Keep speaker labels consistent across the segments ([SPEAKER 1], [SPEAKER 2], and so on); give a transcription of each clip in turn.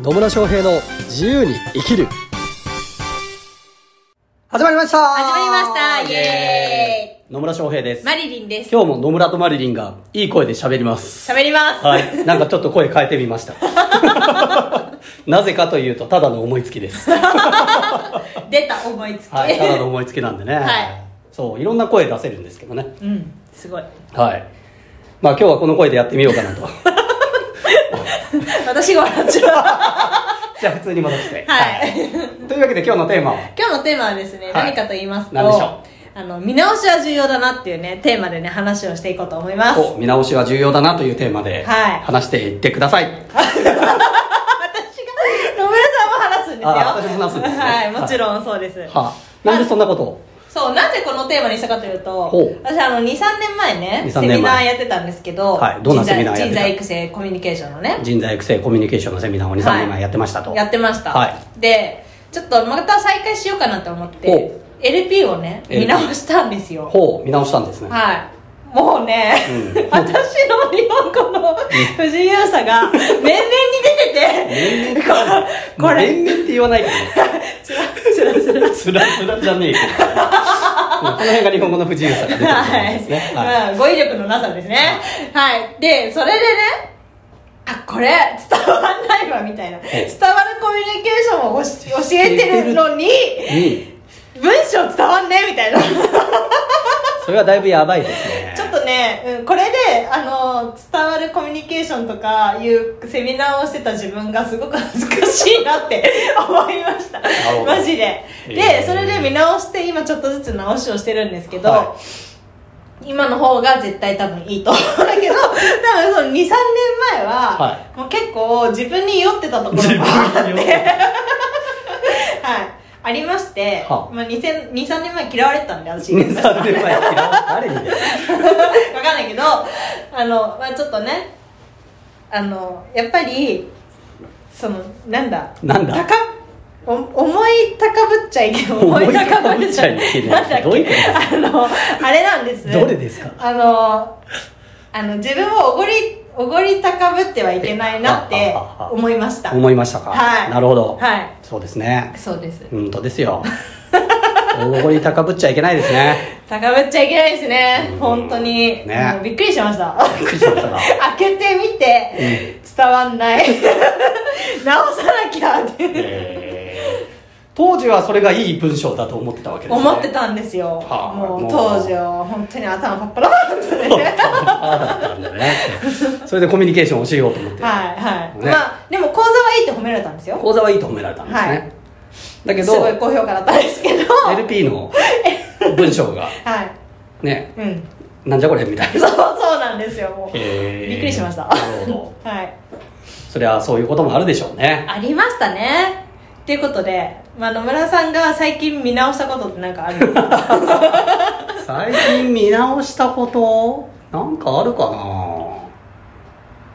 [SPEAKER 1] 野村翔平の自由に生きる始まりました
[SPEAKER 2] 始まりましたイエ
[SPEAKER 1] ーイ野村翔平です、
[SPEAKER 2] マリリンです。
[SPEAKER 1] 今日も野村とマリリンがいい声で喋ります
[SPEAKER 2] 喋ります。
[SPEAKER 1] はいなんかちょっと声変えてみましたなぜかというとただの思いつきです、
[SPEAKER 2] 出た思いつき。
[SPEAKER 1] はい、ただの思いつきなんでね、
[SPEAKER 2] はい
[SPEAKER 1] そういろんな声出せるんですけどね
[SPEAKER 2] うん、すごい。
[SPEAKER 1] はいまあ今日はこの声でやってみようかな と
[SPEAKER 2] 私が笑っ ちゃう。
[SPEAKER 1] じゃあ普通に戻して
[SPEAKER 2] はい
[SPEAKER 1] いというわけで今日のテーマは
[SPEAKER 2] 今日のテーマはですね、
[SPEAKER 1] はい
[SPEAKER 2] 何かと言いますと、
[SPEAKER 1] 何でしょ
[SPEAKER 2] あの、見直しは重要だなっていうね、テーマでね、話をしていこうと思います。
[SPEAKER 1] お見直しは重要だなというテーマで
[SPEAKER 2] はい
[SPEAKER 1] 話していってください、
[SPEAKER 2] 私が、野村さんも話すんですよ。
[SPEAKER 1] あ私も話すんですね
[SPEAKER 2] はい、もちろんそうです。
[SPEAKER 1] はあ、なんでそんなことを
[SPEAKER 2] そう、なぜこのテーマにしたかというと
[SPEAKER 1] ほう、
[SPEAKER 2] 私あの、2、3年前ね、
[SPEAKER 1] 2-3
[SPEAKER 2] セ
[SPEAKER 1] 年前
[SPEAKER 2] ミナーやってたんですけど、
[SPEAKER 1] はいどんなセミナーやって
[SPEAKER 2] 人
[SPEAKER 1] た
[SPEAKER 2] 材人材育成コミュニケーションのね、
[SPEAKER 1] 人材育成コミュニケーションのセミナーを23
[SPEAKER 2] はい
[SPEAKER 1] 年前やってましたと、
[SPEAKER 2] やってました、
[SPEAKER 1] は
[SPEAKER 2] でちょっとまた再開しようかなと思っ
[SPEAKER 1] ほ
[SPEAKER 2] て LP をね
[SPEAKER 1] LP
[SPEAKER 2] 見直したんですよ
[SPEAKER 1] ほう見直したんですね、
[SPEAKER 2] はいもうね、
[SPEAKER 1] うん
[SPEAKER 2] 私の日本語の藤井優さが面々に出ててこ
[SPEAKER 1] こ
[SPEAKER 2] れこ
[SPEAKER 1] れ
[SPEAKER 2] れ
[SPEAKER 1] 連綿って言わないけ
[SPEAKER 2] つらつらつら
[SPEAKER 1] どつらつらじゃねえけどうんこの辺が日本語の不自由さが出てくるん
[SPEAKER 2] はい、
[SPEAKER 1] ですね、はい
[SPEAKER 2] うん、語彙力のなさですねはいでそれでねあこれ伝わらないわみたいな伝わるコミュニケーションを教教えてるのに
[SPEAKER 1] うん、
[SPEAKER 2] 文章伝わんねみたいな
[SPEAKER 1] それはだいぶやばいですね
[SPEAKER 2] ちょっとね、うん、これで、あの、伝わるコミュニケーションとかいうセミナーをしてた自分がすごく恥ずかしいな って思いました
[SPEAKER 1] ほど。
[SPEAKER 2] マジで。
[SPEAKER 1] え
[SPEAKER 2] で、
[SPEAKER 1] ー
[SPEAKER 2] それで見直して、今ちょっとずつ直しをしてるんですけど、
[SPEAKER 1] は
[SPEAKER 2] 今の方が絶対多分いいと思うんだ けど、多分その2、3年前は、
[SPEAKER 1] は
[SPEAKER 2] もう結構自分に酔ってたところもあって、
[SPEAKER 1] 自分に酔
[SPEAKER 2] は
[SPEAKER 1] っ
[SPEAKER 2] い
[SPEAKER 1] て、
[SPEAKER 2] ありまして、
[SPEAKER 1] はあ
[SPEAKER 2] まあ、2、3年前嫌われてたんで、私。
[SPEAKER 1] 23年前嫌わ誰にだよ
[SPEAKER 2] わかんないけどあの、まあ、ちょっとねあのやっぱりそのなんだ
[SPEAKER 1] なんだ
[SPEAKER 2] 高お思い高ぶっちゃいけない
[SPEAKER 1] 思い高ぶっちゃいけない
[SPEAKER 2] んだっけ
[SPEAKER 1] どういうことです
[SPEAKER 2] あのあれなんです
[SPEAKER 1] どれですか
[SPEAKER 2] あのあの自分をおごりおごり高ぶってはいけないなって思いました
[SPEAKER 1] 思いましたか、
[SPEAKER 2] はい
[SPEAKER 1] なるほど、
[SPEAKER 2] はい
[SPEAKER 1] そうですね
[SPEAKER 2] そうです
[SPEAKER 1] うんとですよ大ごり高ぶっちゃいけないですね
[SPEAKER 2] 高ぶっちゃいけないですね
[SPEAKER 1] うん
[SPEAKER 2] 本当に、
[SPEAKER 1] ね
[SPEAKER 2] もうびっくりしました
[SPEAKER 1] びっくりしましたな
[SPEAKER 2] 開けてみて伝わんない 直さなきゃって
[SPEAKER 1] えー 当時はそれがいい文章だと思ってたわけです、ね、
[SPEAKER 2] 思ってたんですよ、
[SPEAKER 1] はあ
[SPEAKER 2] も
[SPEAKER 1] もう
[SPEAKER 2] う当時は本当に頭パッパラパラだったね
[SPEAKER 1] ああだったんだよねそれでコミュニケーションをしようと思って、
[SPEAKER 2] はいはい、
[SPEAKER 1] ね
[SPEAKER 2] まあでも講座はいいって褒められたんですよ
[SPEAKER 1] 講座はいいと褒められたんですね、
[SPEAKER 2] はい
[SPEAKER 1] だけ
[SPEAKER 2] すごい
[SPEAKER 1] ど
[SPEAKER 2] 高評価だったんですけど
[SPEAKER 1] LP の文章が
[SPEAKER 2] はい
[SPEAKER 1] ね
[SPEAKER 2] うん
[SPEAKER 1] なんじゃこれみたいな、
[SPEAKER 2] そうそうなんですよもう、
[SPEAKER 1] えー
[SPEAKER 2] びっくりしました
[SPEAKER 1] なるほど
[SPEAKER 2] はい
[SPEAKER 1] そりゃそういうこともあるでしょうね
[SPEAKER 2] ありましたねっていうことで、まあ、野村さんが最近見直したことってなんかあるんですか
[SPEAKER 1] 最近見直したことなんかあるか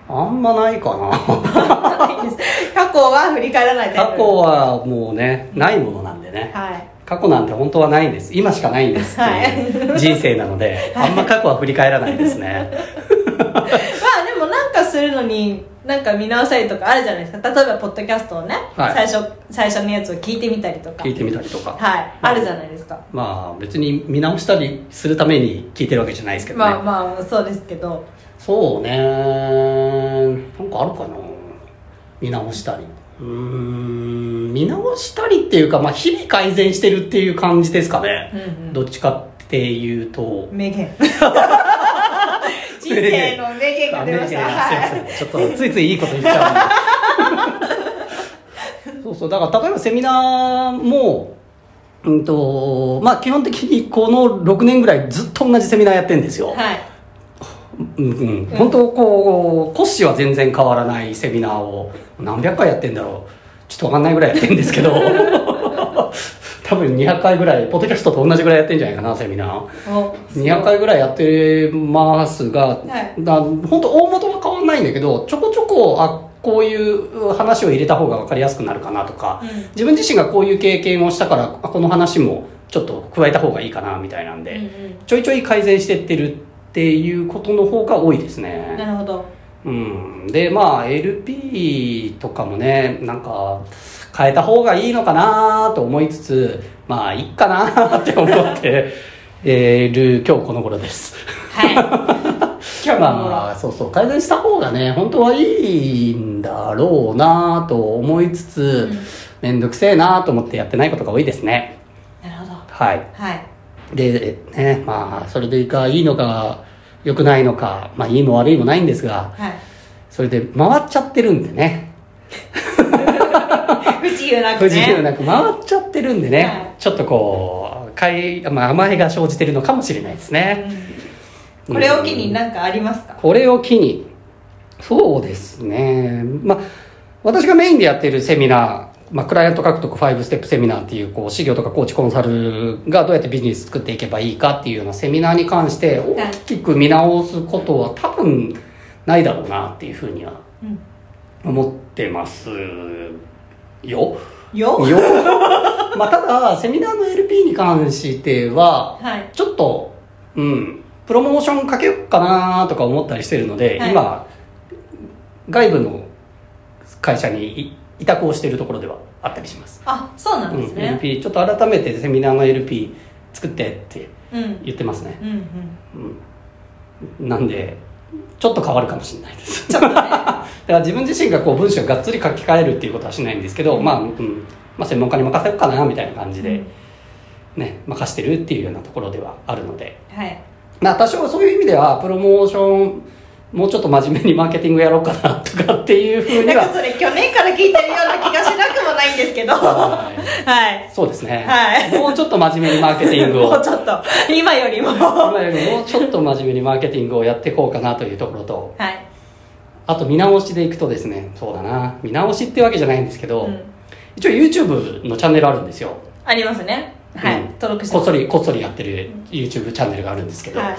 [SPEAKER 1] なあんまないか な
[SPEAKER 2] 過去は振り返らないタイプ
[SPEAKER 1] 過去はもうねないものなんでね
[SPEAKER 2] はい
[SPEAKER 1] 過去なんて本当はないんです今しかないんですっていう人生なので、あんま過去は振り返らないですね
[SPEAKER 2] まあでもなんかするのになんか見直したりとかあるじゃないですか例えばポッドキャストをね、
[SPEAKER 1] はい
[SPEAKER 2] 最初最初のやつを聞いてみたりとか
[SPEAKER 1] 聞いてみたりとか
[SPEAKER 2] はい、あるじゃないですか、
[SPEAKER 1] まあ別に見直したりするために聞いてるわけじゃないですけどね、
[SPEAKER 2] まあまあそうですけど
[SPEAKER 1] そうねなんかあるかな見直したりうーん見直したりっていうか、まあ、日々改善してるっていう感じですかね、
[SPEAKER 2] うんうん
[SPEAKER 1] どっちかっていうと
[SPEAKER 2] 名言人生の名言が出ましたはい
[SPEAKER 1] あねえすいませんちょっとついついいいこと言っちゃ うんでそうそうだから例えばセミナーもうんとまあ基本的にこの6年ぐらいずっと同じセミナーやってんですよ、
[SPEAKER 2] はい
[SPEAKER 1] うんうん、本当こう骨子は全然変わらないセミナーを何百回やってんだろうちょっとわかんないぐらいやってんですけど 多分200回ぐらいポッドキャストと同じぐらいやってんじゃないかなセミナー
[SPEAKER 2] お
[SPEAKER 1] 200回ぐらいやってますが、
[SPEAKER 2] い
[SPEAKER 1] だ本当大元は変わんないんだけどちょこちょこあこういう話を入れた方が分かりやすくなるかなとか、
[SPEAKER 2] うん
[SPEAKER 1] 自分自身がこういう経験をしたからあこの話もちょっと加えた方がいいかなみたいなんで、
[SPEAKER 2] うん
[SPEAKER 1] ちょいちょい改善してってるっていうことの方が多いです
[SPEAKER 2] うん
[SPEAKER 1] ね
[SPEAKER 2] なるほど
[SPEAKER 1] うん、でまあ LP とかもねなんか変えた方がいいのかなと思いつつまあいっかなって思って えーる今日この頃です。
[SPEAKER 2] はい。今 日
[SPEAKER 1] ま
[SPEAKER 2] は
[SPEAKER 1] あ、そうそう改善した方がね本当はいいんだろうなと思いつつ
[SPEAKER 2] うん
[SPEAKER 1] 面倒、くせえなと思ってやってないことが多いですね
[SPEAKER 2] なるほど。
[SPEAKER 1] はい
[SPEAKER 2] はい。
[SPEAKER 1] でねまあそれでいいかいいのか良くないのかまあいいも悪いもないんですが
[SPEAKER 2] はい。
[SPEAKER 1] それで回っちゃってるんでね
[SPEAKER 2] 不自由なくね。
[SPEAKER 1] 不自由なく回っちゃってるんでね、
[SPEAKER 2] はい
[SPEAKER 1] ちょっとこうかい、まあ、甘えが生じてるのかもしれないですね
[SPEAKER 2] うんこれを機に何かありますか、
[SPEAKER 1] これを機にそうですねまあ私がメインでやってるセミナー、まあ、クライアント獲得5ステップセミナーっていうこう事業とかコーチコンサルがどうやってビジネス作っていけばいいかっていうようなセミナーに関して大きく見直すことは多分ないだろうなっていうふうには
[SPEAKER 2] うん、
[SPEAKER 1] 思ってますよ。
[SPEAKER 2] よ
[SPEAKER 1] よまあただセミナーの LP に関しては
[SPEAKER 2] はい。
[SPEAKER 1] ちょっとうんプロモーションかけようかなとか思ったりしてるので、
[SPEAKER 2] はい
[SPEAKER 1] 今外部の会社にい委託をしているところではあったりします、
[SPEAKER 2] あ、そうなんです
[SPEAKER 1] うん、
[SPEAKER 2] ね。
[SPEAKER 1] LP ちょっと改めてセミナーの LP 作ってって
[SPEAKER 2] うん。うん
[SPEAKER 1] 言ってますね、
[SPEAKER 2] うん。
[SPEAKER 1] うん、なんでちょっと変わるかもしれないです
[SPEAKER 2] ちょっと ね。
[SPEAKER 1] だから自分自身がこう文章をがっつり書き換えるっていうことはしないんですけど、まあ、うんまあ、専門家に任せようかなみたいな感じで、ね、任してるっていうようなところではあるので、
[SPEAKER 2] はい。
[SPEAKER 1] まあ、多少そういう意味ではプロモーションもうちょっと真面目にマーケティングやろうかなとかっていうふうに
[SPEAKER 2] なん か
[SPEAKER 1] は
[SPEAKER 2] それ去年から聞いてるような気がしなくもないんです けど。は
[SPEAKER 1] はい
[SPEAKER 2] い。
[SPEAKER 1] そうですね、
[SPEAKER 2] はい
[SPEAKER 1] もうちょっと真面目にマーケティン グを
[SPEAKER 2] もうちょっと、今よりも。は
[SPEAKER 1] 今よりもうちょっと真面目にマーケティングをやっていこうかなというところと
[SPEAKER 2] い。
[SPEAKER 1] あと見直しでいくとですねそうだな見直しってわけじゃないんですけど、
[SPEAKER 2] うん
[SPEAKER 1] 一応 YouTube のチャンネルあるんですよ
[SPEAKER 2] ありますね。は
[SPEAKER 1] う
[SPEAKER 2] い。
[SPEAKER 1] ん
[SPEAKER 2] 登録して
[SPEAKER 1] こっ
[SPEAKER 2] ま
[SPEAKER 1] そ
[SPEAKER 2] す
[SPEAKER 1] りこっそりやってる YouTube チャンネルがあるんですけど、
[SPEAKER 2] はい。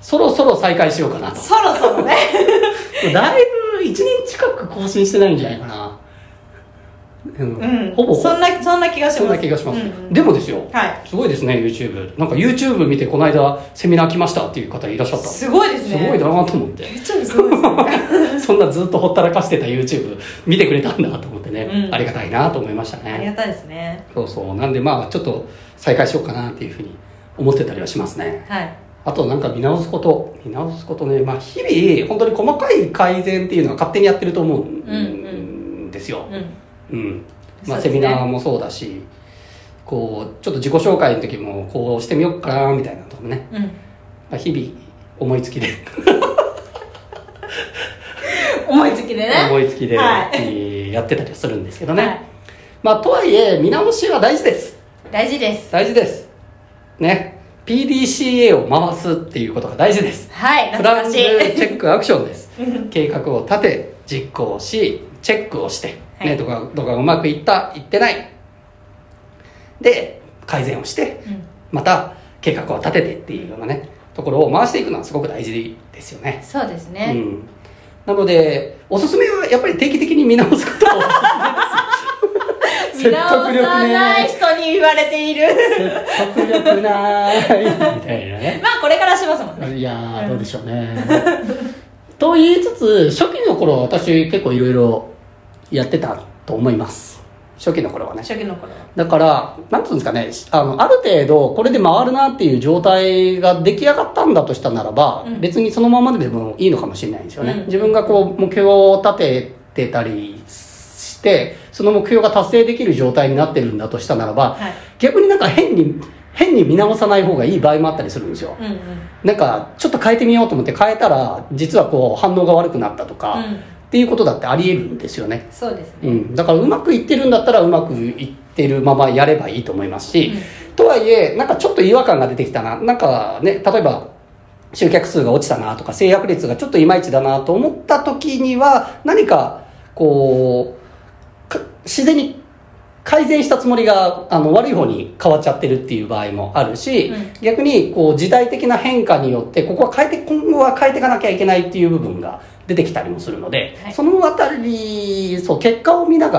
[SPEAKER 1] そろそろ再開しようかなと
[SPEAKER 2] そろそろね。
[SPEAKER 1] だいぶ1年近く更新してないんじゃないかな、うん
[SPEAKER 2] うん。
[SPEAKER 1] ほぼほぼ
[SPEAKER 2] そんな、そんな気がします。
[SPEAKER 1] そんな気がします、
[SPEAKER 2] うんうん
[SPEAKER 1] でもですよ
[SPEAKER 2] はい。
[SPEAKER 1] すごいですね YouTube なんか YouTube 見てこの間セミナー来ましたっていう方いらっしゃったす
[SPEAKER 2] すごいですね。
[SPEAKER 1] ごいなと思 って
[SPEAKER 2] めっちゃすごいです ね。
[SPEAKER 1] そんなずっとほったらかしてた YouTube 見てくれたんだと思ってね、
[SPEAKER 2] うん
[SPEAKER 1] ありがたいなと思いました
[SPEAKER 2] あり
[SPEAKER 1] ね
[SPEAKER 2] がたいですね。
[SPEAKER 1] そうそうなんでまあちょっと再開しようかなっていうふうに思ってたりはしますね
[SPEAKER 2] はい。
[SPEAKER 1] あとなんか見直すこと見直すことねまあ日々本当に細かい改善っていうのは勝手にやってると思うん
[SPEAKER 2] うん
[SPEAKER 1] ですよ、
[SPEAKER 2] う
[SPEAKER 1] う
[SPEAKER 2] ん。
[SPEAKER 1] んまあ、
[SPEAKER 2] そうですね
[SPEAKER 1] セミナーもそうだしこうちょっと自己紹介の時もこうしてみようかなみたいなとかもね、
[SPEAKER 2] うん。
[SPEAKER 1] まあ、日々思いつきで
[SPEAKER 2] 思いつきでね。
[SPEAKER 1] 思いつきで、
[SPEAKER 2] は
[SPEAKER 1] えーやってたりはするんですけどね、
[SPEAKER 2] はい。
[SPEAKER 1] まあとはいえ見直しは大事です
[SPEAKER 2] 大事です。
[SPEAKER 1] 大事ですね PDCA を回すっていうことが大事です
[SPEAKER 2] はい。
[SPEAKER 1] プラ
[SPEAKER 2] 懐
[SPEAKER 1] ンニ
[SPEAKER 2] か
[SPEAKER 1] ング
[SPEAKER 2] し
[SPEAKER 1] チ
[SPEAKER 2] い。
[SPEAKER 1] ェックアクションです
[SPEAKER 2] うん
[SPEAKER 1] 計画を立て実行しチェックをして、
[SPEAKER 2] はい
[SPEAKER 1] ね、どこがどこがうまくいったいってないで改善をして
[SPEAKER 2] うん
[SPEAKER 1] また計画を立ててっていうようなねところを回していくのはすごく大事ですよね、
[SPEAKER 2] そうです
[SPEAKER 1] う
[SPEAKER 2] ね。
[SPEAKER 1] ん、なのでおすすめはやっぱり定期的に見直すことを
[SPEAKER 2] 見
[SPEAKER 1] 説
[SPEAKER 2] 直
[SPEAKER 1] 得力ね
[SPEAKER 2] さない人に言われている。
[SPEAKER 1] 説得力ない みたいなね
[SPEAKER 2] まあ、これからしますもんね。
[SPEAKER 1] いやーどうでしょうねと言いつつ初期の頃私結構いろいろやってたと思います初期の頃はね
[SPEAKER 2] 初期の頃は。
[SPEAKER 1] だからなんつうんですかねあのある程度これで回るなっていう状態が出来上がったんだとしたならば、
[SPEAKER 2] うん
[SPEAKER 1] 別にそのままでもいいのかもしれないんですよね、
[SPEAKER 2] うん
[SPEAKER 1] 自分がこう目標を立ててたりしてその目標が達成できる状態になってるんだとしたならば、
[SPEAKER 2] はい。
[SPEAKER 1] 逆になんか変に変に見直さない方がいい場合もあったりするんですよ、
[SPEAKER 2] うんうん。
[SPEAKER 1] なんかちょっと変えてみようと思って変えたら実はこう反応が悪くなったとか、
[SPEAKER 2] うん
[SPEAKER 1] っていうことだってありえるんですよね、
[SPEAKER 2] そうです
[SPEAKER 1] う
[SPEAKER 2] ね。
[SPEAKER 1] ん、だからうまくいってるんだったらうまくいってるままやればいいと思いますし、とはいえなんかちょっと違和感が出てきたななんかね例えば集客数が落ちたなとか制約率がちょっといまいちだなと思った時には何かこうか自然に改善したつもりがあの悪い方に変わっちゃってるっていう場合もあるし、
[SPEAKER 2] うん
[SPEAKER 1] 逆にこう時代的な変化によってここは変えて今後は変えていかなきゃいけないっていう部分が出てきたりもするので、
[SPEAKER 2] はい
[SPEAKER 1] そのあたりそう結果を見なが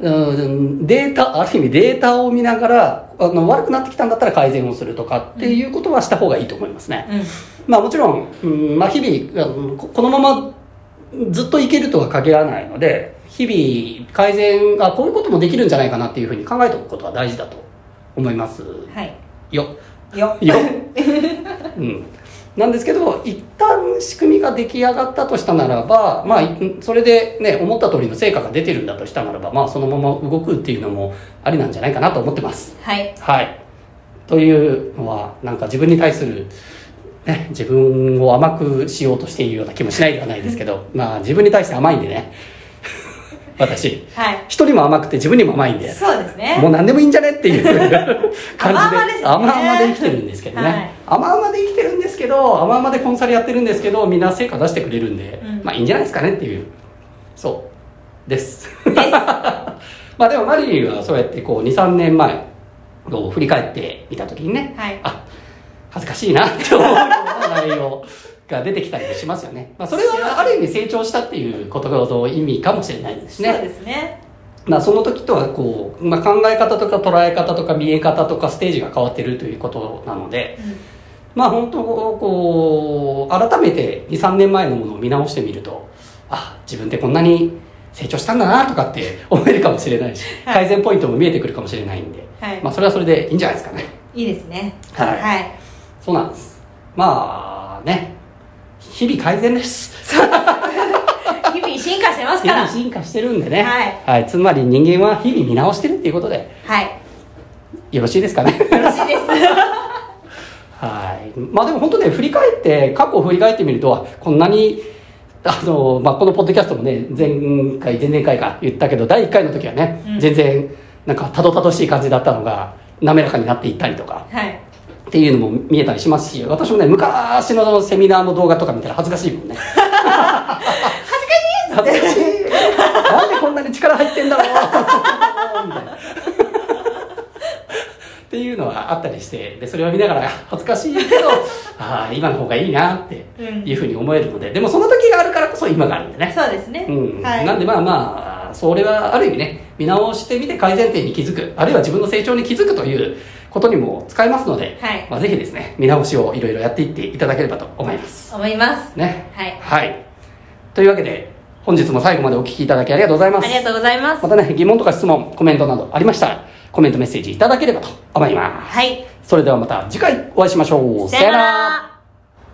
[SPEAKER 1] らうんデータある意味データを見ながらあの悪くなってきたんだったら改善をするとかっていうことはした方がいいと思いますね。
[SPEAKER 2] うん。
[SPEAKER 1] まあもちろん、うんまあ、日々あのここのままずっといけるとは限らないので日々改善あこういうこともできるんじゃないかなっていうふうに考えておくことは大事だと思います
[SPEAKER 2] はい
[SPEAKER 1] よ。
[SPEAKER 2] よ
[SPEAKER 1] ようん、なんですけど一旦仕組みが出来上がったとしたならば、まあ、いそれで、ね、思った通りの成果が出てるんだとしたならば、まあ、そのまま動くっていうのもありなんじゃないかなと思ってます。
[SPEAKER 2] はい
[SPEAKER 1] はい、というのはなんか自分に対する、ね、自分を甘くしようとしているような気もしないではないですけど、まあ、自分に対して甘いんでね 私
[SPEAKER 2] はい
[SPEAKER 1] 人にも甘くて自分にも甘いんで
[SPEAKER 2] そうですね
[SPEAKER 1] もう何でもいいんじゃねっていう感
[SPEAKER 2] 甘々で
[SPEAKER 1] じで甘々で生き
[SPEAKER 2] すね
[SPEAKER 1] てるんですけどね、
[SPEAKER 2] はい
[SPEAKER 1] 甘々で生きてるんですけど甘々でコンサルやってるんですけどみんな成果出してくれるんで、
[SPEAKER 2] うん
[SPEAKER 1] まあいいんじゃないですかねっていうそうです
[SPEAKER 2] です
[SPEAKER 1] まあでもマリリンはそうやってこう23年前を振り返ってみた時にね
[SPEAKER 2] はい
[SPEAKER 1] あ恥ずかしいなって思うような内容が出てきたりもしますよね、まあ、それはある意味成長したっていうことの意味かもしれないですね
[SPEAKER 2] そうですね
[SPEAKER 1] まあ、その時とはこう、まあ、考え方とか捉え方とか見え方とかステージが変わってるということなので、まあ、本当こう改めて23年前のものを見直してみるとあ自分ってこんなに成長したんだなとかって 思えるかもしれないし
[SPEAKER 2] はい
[SPEAKER 1] 改善ポイントも見えてくるかもしれないんで、
[SPEAKER 2] はい
[SPEAKER 1] まあ、それはそれでいいんじゃないですかね
[SPEAKER 2] いいですね
[SPEAKER 1] はい
[SPEAKER 2] はい
[SPEAKER 1] そうなんですまあね日々改善です
[SPEAKER 2] 日々進化してます
[SPEAKER 1] 日
[SPEAKER 2] か
[SPEAKER 1] 々
[SPEAKER 2] ら
[SPEAKER 1] 進化してるんでね、
[SPEAKER 2] は
[SPEAKER 1] は
[SPEAKER 2] い
[SPEAKER 1] い、つまり人間は日々見直してるっていうことで
[SPEAKER 2] はい
[SPEAKER 1] よろしいですかね
[SPEAKER 2] よろしいです
[SPEAKER 1] はい。まあでも本当ね、振り返って、過去を振り返ってみると、こんなに、あの、まあこのポッドキャストもね、前回、前々回か言ったけど、第1回の時はね、
[SPEAKER 2] うん
[SPEAKER 1] 全然、なんか、たどたどしい感じだったのが、滑らかになっていったりとか、
[SPEAKER 2] はい
[SPEAKER 1] っていうのも見えたりしますし、私もね、昔のセミナーの動画とか見たら恥ずかしいもんね。恥ずかしい恥ずかしいなんでこんなに力入ってんだろうみたいな。っていうのはあったりして、で、それを見ながら、あ恥ずかしいけど、ああ、今の方がいいなっていうふうに思えるので、でもその時があるからこそ今があるんでね。
[SPEAKER 2] そうですね
[SPEAKER 1] うん
[SPEAKER 2] はい
[SPEAKER 1] なんでまあまあそれはある意味ね見直してみて改善点に気づくあるいは自分の成長に気づくということにも使えますので、
[SPEAKER 2] はい
[SPEAKER 1] まあ、ぜひですね見直しをいろいろやっていっていただければと思います
[SPEAKER 2] 思います
[SPEAKER 1] ね
[SPEAKER 2] はい
[SPEAKER 1] はいというわけで本日も最後までお聞きいただきありがとうございます
[SPEAKER 2] ありがとうございます
[SPEAKER 1] またね疑問とか質問コメントなどありましたらコメントメッセージいただければと思います
[SPEAKER 2] はい
[SPEAKER 1] それではまた次回お会いしましょう
[SPEAKER 2] さよなら